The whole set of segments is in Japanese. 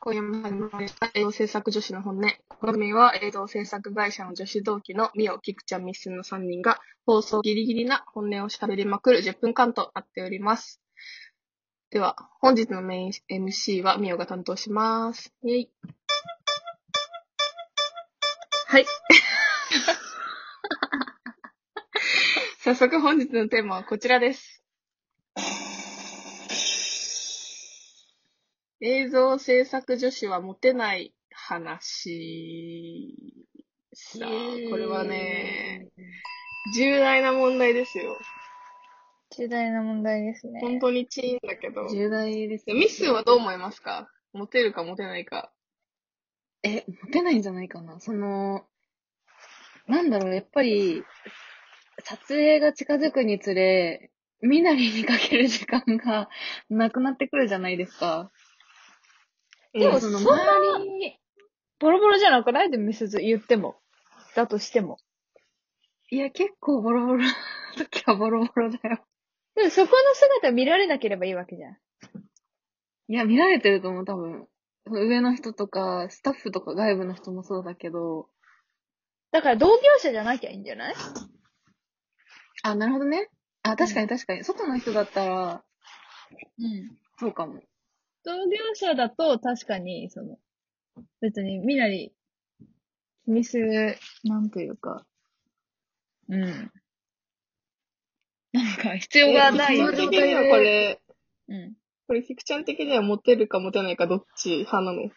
今夜も始まりました映像制作女子の本音。この組は映像制作会社の女子同期のミオ、キクちゃん、ミッスンの3人が放送ギリギリな本音を喋りまくる10分間となっております。では、本日のメイン MC はミオが担当します。イェイ。はい。 早速本日のテーマはこちらです。映像制作女子はモテない話。さあ、これはね、、重大な問題ですよ。重大な問題ですね。本当にチーンだけど。重大です、ミスはどう思いますかモテるかモテないか。え、モテないんじゃないかな。その、なんだろう、やっぱり、撮影が近づくにつれ、身なりにかける時間が なくなってくるじゃないですか。でもうんそのそんな周りに、ボロボロじゃなくないでミスず言っても。だとしても。いや、結構ボロボロ の時はボロボロだよ。でもそこの姿見られなければいいわけじゃいん。や、見られてると思う、多分。上の人とか、スタッフとか外部の人もそうだけど、だから同業者じゃなきゃいいんじゃないあ、なるほどね。あ、確かに確かに。外の人だったら、うん。そうかも。同業者だと確かに、その、別にみなり気にする、なんというか、うん。なんか必要がない。基そ本の状的態にはこれ、うん。これ、キクちゃん的にはモテるかモテないかどっち派なの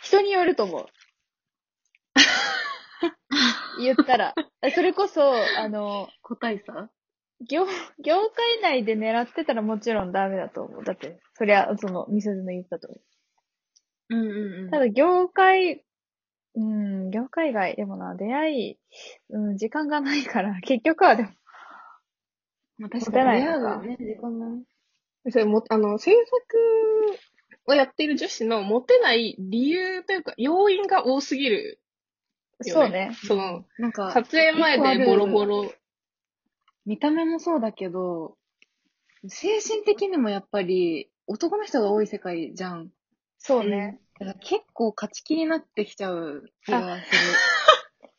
人によると思 う。言ったら。それこそ、あの、個体差業、業界内で狙ってたらもちろんダメだと思う。だって、そりゃ、その、ミスズの言ったと思うんうんうう。ただ、業界、うん、業界外、でもな、出会い、うん、時間がないから、結局はでも、まあ、確かモテにない出会うのかよね、時間がね。それも、あの、制作をやっている女子のモテない理由というか、要因が多すぎるよそうね。その、なんか撮、影前でボロボロ。見た目もそうだけど、精神的にもやっぱり、男の人が多い世界じゃん。そうね。だから結構勝ち気になってきちゃう気 がする。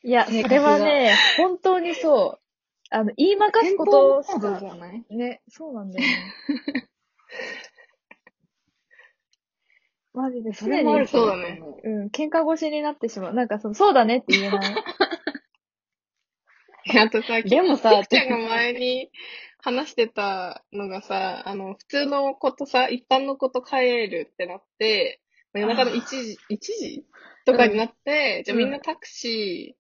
いや、そ性格れはがね、本当にそう。あの、言いまかすことをしそうかじゃないね、そうなんだよね。 マジで、それもあるそうだと思ねうん、喧嘩越しになってしまう。なんかその、そうだねって言えない。あとさ、でもさ、キクちゃんが前に話してたのがさ、あの、普通の子とさ、一般の子と帰るってなって、夜中の1時、1時とかになって、じゃあみんなタクシ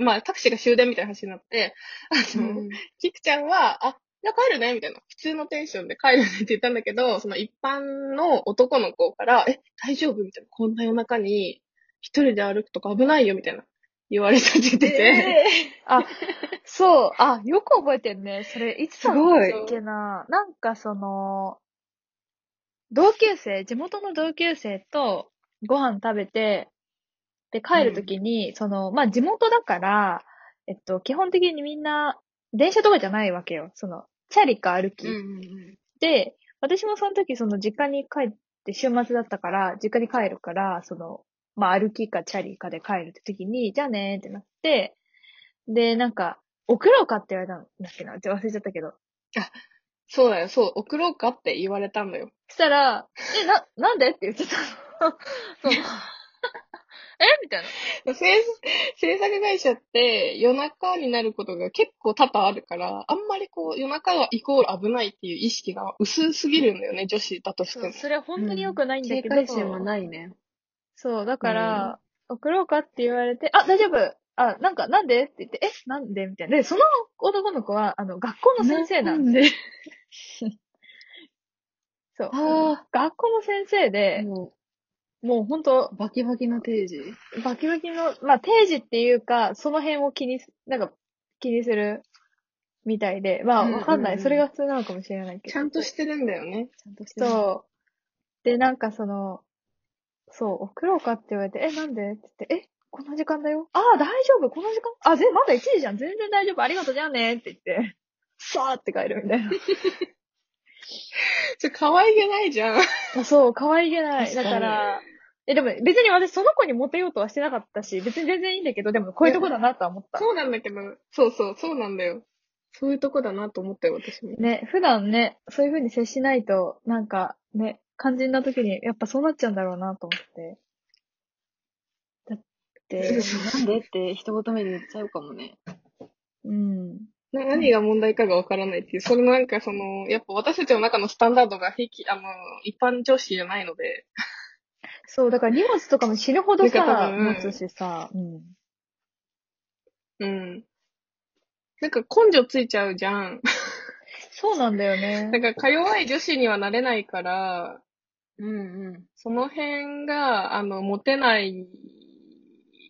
ー、まあタクシーが終電みたいな話になって、あの、うんキクちゃんは、あ、じゃあ帰るねみたいな。普通のテンションで帰るねって言ったんだけど、その一般の男の子から、え、大丈夫みたいな。こんな夜中に一人で歩くとか危ないよみたいな。言われたって言ってて。あ、そう、あ、よく覚えてんね。それ、いつだっすたごっいけな。なんかその、同級生、地元の同級生とご飯食べて、で、帰るときに、その、まあ、地元だから、えっと、基本的にみんな、電車とかじゃないわけよ。その、チャリか歩き。うんうんで、私もその時、その実家に帰って、週末だったから、実家に帰るから、その、まあ、歩きかチャリかで帰るって時に、じゃあねーってなって、で、なんか、送ろうかって言われたんだっけな。ちょっと忘れちゃったけど。そうだよ、そう、送ろうかって言われたんだよ。 そしたら、え、な、なんでって言ってた の。そのえみたいな。制制作会社って夜中になることが結構多々あるから、あんまりこう夜中がイコール危ないっていう意識が薄すぎるんだよね、女子だとしてそう、も。それは本当に良くないんだ警けど。戒心はないね。そう、だから、送ろうかって言われて、あ、大丈夫あ、なんか、なんでって言って、え、なんでみたいな。で、その男の子は、あの、学校の先生なんで。で。そう。あ学校の先生あ、で、ももう本当う、バキバキの定時。バキバキの、まあ、定時っていうか、その辺を気にす、なんか、気にするみたいで、まうあ、んうんうんわかんない。それが普通なのかもしれないけど。ちゃんとしてるんだよね。ちゃんとしてるそう。で、なんかその、そう、送ろうかって言われて、え、なんでって言って、え、この時間だよ。ああ、大丈夫、この時間。あ、ぜ、まだ1時じゃん。全然大丈夫、ありがとうじゃあねって言って、さーって帰るみたいな。ちょ、可愛げないじゃん。あそう、可愛げない。確かだにから、え、でも別に私その子にモテようとはしてなかったし、別に全然いいんだけど、でもこういうとこだなとは思った。そうなんだけど、そうそう、そうなんだよ。そういうとこだなと思ったよ、私も。ね、普段ね、そういう風に接しないと、なんかね、肝心な時にやっぱそうなっちゃうんだろうなと思って。だって、なんでって一言目で言っちゃうかもね。うん。な何が問題かがわからないっていう、それなんかその、やっぱ私たちの中のスタンダードが平気、あの、一般常識じゃないので、そう、だから荷物とかも死ぬほどなんかさ多、分持つしさ、うん。うん。なんか根性ついちゃうじゃん。そうなんだよねな。んかか弱い女子にはなれないから、うんうん。その辺が、あの、モテない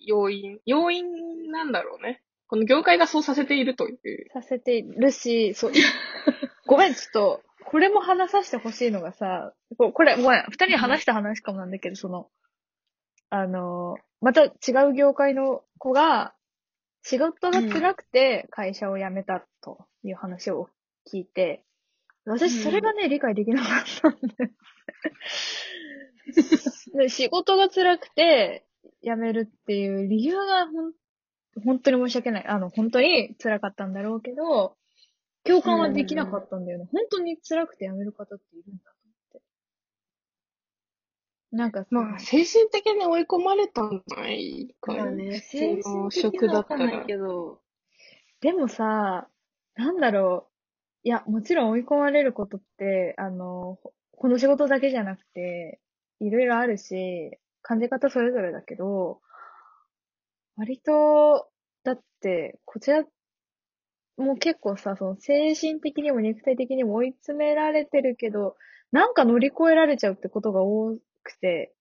要因、要因なんだろうね。この業界がそうさせているという。させてるし、そう、いごめん、ちょっと、これも話させてほしいのがさ、ここれ、ごめん、二人に話した話かもなんだけど、その、あの、また違う業界の子が、仕事が辛くて会社を辞めたという話を聞いて、私、それがね、理解できなかったんだよ。で仕事が辛くて辞めるっていう理由がほん、本当に申し訳ない。あの、本当に辛かったんだろうけど、共感はできなかったんだよね。本当に辛くて辞める方っているんだと思って。なんかさ、まあ、精神的に追い込まれたんじゃないかまあな。ね、精普通神の的職なだわったからないけど、でもさ、なんだろう。いや、もちろん追い込まれることって、あの、ほこの仕事だけじゃなくて、いろいろあるし、感じ方それぞれだけど、割と、だって、こちら、もう結構さ、その精神的にも肉体的にも追い詰められてるけど、なんか乗り越えられちゃうってことが多くて、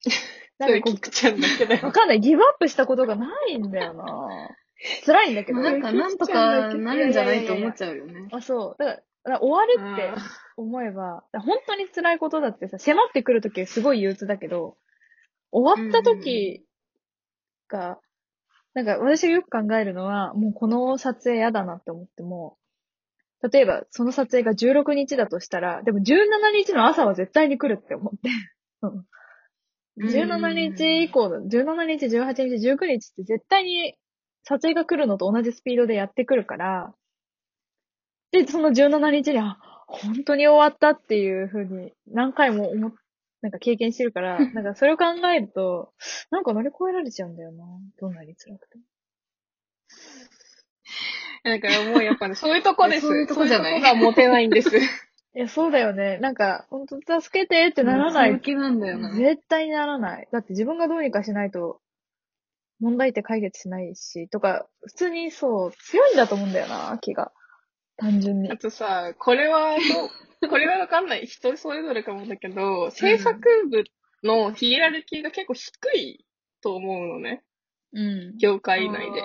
そなんれかこ聞くちゃんだ けだう、わよ。かんない、ギブアップしたことがないん だよな辛いんだけど。なんかなんとかなるんじゃないと思っちゃうよね。あ、そう。だから、だから終わるって思えば、だから本当に辛いことだってさ、迫ってくるときすごい憂鬱だけど、終わったときが、なんか私がよく考えるのは、もうこの撮影嫌だなって思っても、例えばその撮影が16日だとしたら、でも17日の朝は絶対に来るって思って。うん17日以降の、17日、18日、19日って絶対に撮影が来るのと同じスピードでやってくるから、で、その17日に、あ、本当に終わったっていうふうに何回も思っ、なんか経験してるから、 なんかそれを考えると、なんか乗り越えられちゃうんだよな。どんなに辛くても。だからもうやっぱね、 そういうとこです。そういうとこじゃないそういうとこがモテないんです。いや、そうだよね。なんか、本当助けてってならない向きなんだよな。絶対にならない。だって自分がどうにかしないと、問題って解決しないし、とか、普通にそう、強いんだと思うんだよな、気が。単純にあ。とさ、これは どう、これはわかんない。人それぞれかもだけど、制作部のヒエラルキーが結構低いと思うのね。うん。業界内で。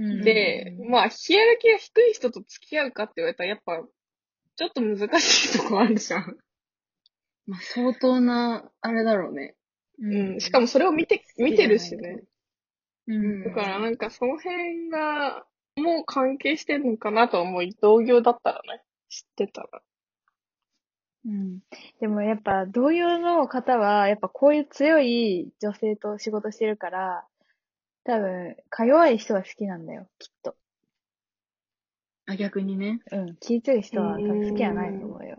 うん、で、まあ、ヒエラルキーが低い人と付き合うかって言われたら、やっぱ、ちょっと難しいとこあるじゃん。まあ、相当な、あれだろうね。うん。しかもそれを見て、見てるしね。うんだからなんかその辺が、もう関係してんのかなとは思い、同業だったらね、知ってたら。うん。でもやっぱ同様の方は、やっぱこういう強い女性と仕事してるから、多分、か弱い人は好きなんだよ、きっと。あ、逆にね。うん。気強い人は多分好きやないと思うよ。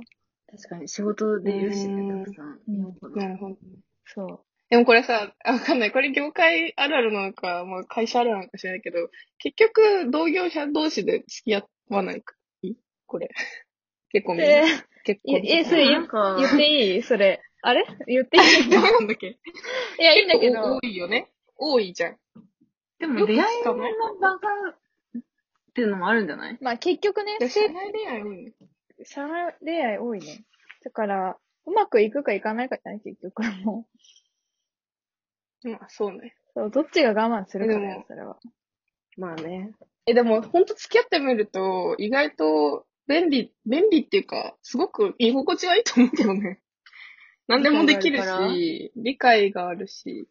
確かに仕事でいるしうんね、たくさん。うん日本からるほど。そでもこれさ、 あわかんない。これ業界あるあるなのか、まあ会社あるあるなのか知らないけど、結局同業者同士で付き合わないかいこれ。 結構う。みんなで、結構。ええそれなんか、言っていいそれ。あれ言ってい いダメなんだっけいや、いいんだけどお多。いよね。多いじゃん。でよもく出会い聞のかない場が、っていうのもあるんじゃないまあ結局ね、で、社内恋愛多いね社内恋愛多いね。だから、うまくいくかいかないかじゃない結局はもう。 まあそうね。そう、どっちが我慢するかだでよも、それは。まあね。え、でも、ほんと付き合ってみると、意外と便利、便利っていうか、すごく居心地はいいと思うけどね。何でもできる理解があるし、理解があるし。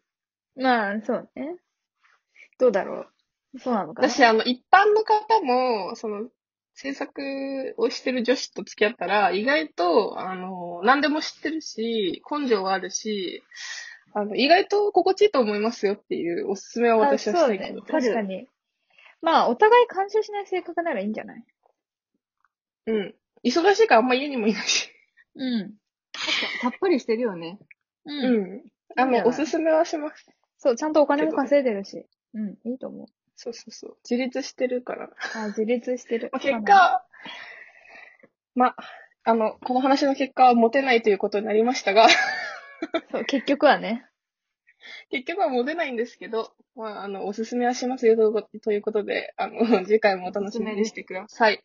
まあ、そうね。どうだろう。そうなのかな。私、あの、一般の方も、その、制作をしてる女子と付き合ったら、意外と、あの、何でも知ってるし、根性はあるし、あの、意外と心地いいと思いますよっていうおすすめは私はしあそうたいけねど。。確かに。まあ、お互い干渉しない性格ならいいんじゃないうん。忙しいからあんま家にもいないし。うん。さっぱりしてるよね。ううん。ん。あいいんじゃないの、おすすめはします。そう、ちゃんとお金も稼いでるし。うん、いいと思う。そうそうそう。自立してるから。あ、自立してるまあ。 結そうなんだ、果、ま、あの、この話の結果はモテないということになりましたが、そう、結局はね。結局はモテないんですけど、まあ、あの、おすすめはしますよとということで、あの、 次回もお楽しみにしてください。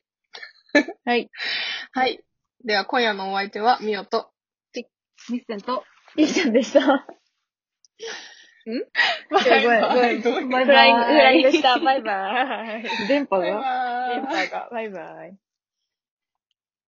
はい。はい。では、今夜のお相手は、ミオと、ミッセンと、いいちゃん でした。 バやごめんイバイ。ごめ んフライング、フライングした。バイバーイ。電波バイがバイ oh, 電波が。バイバイ。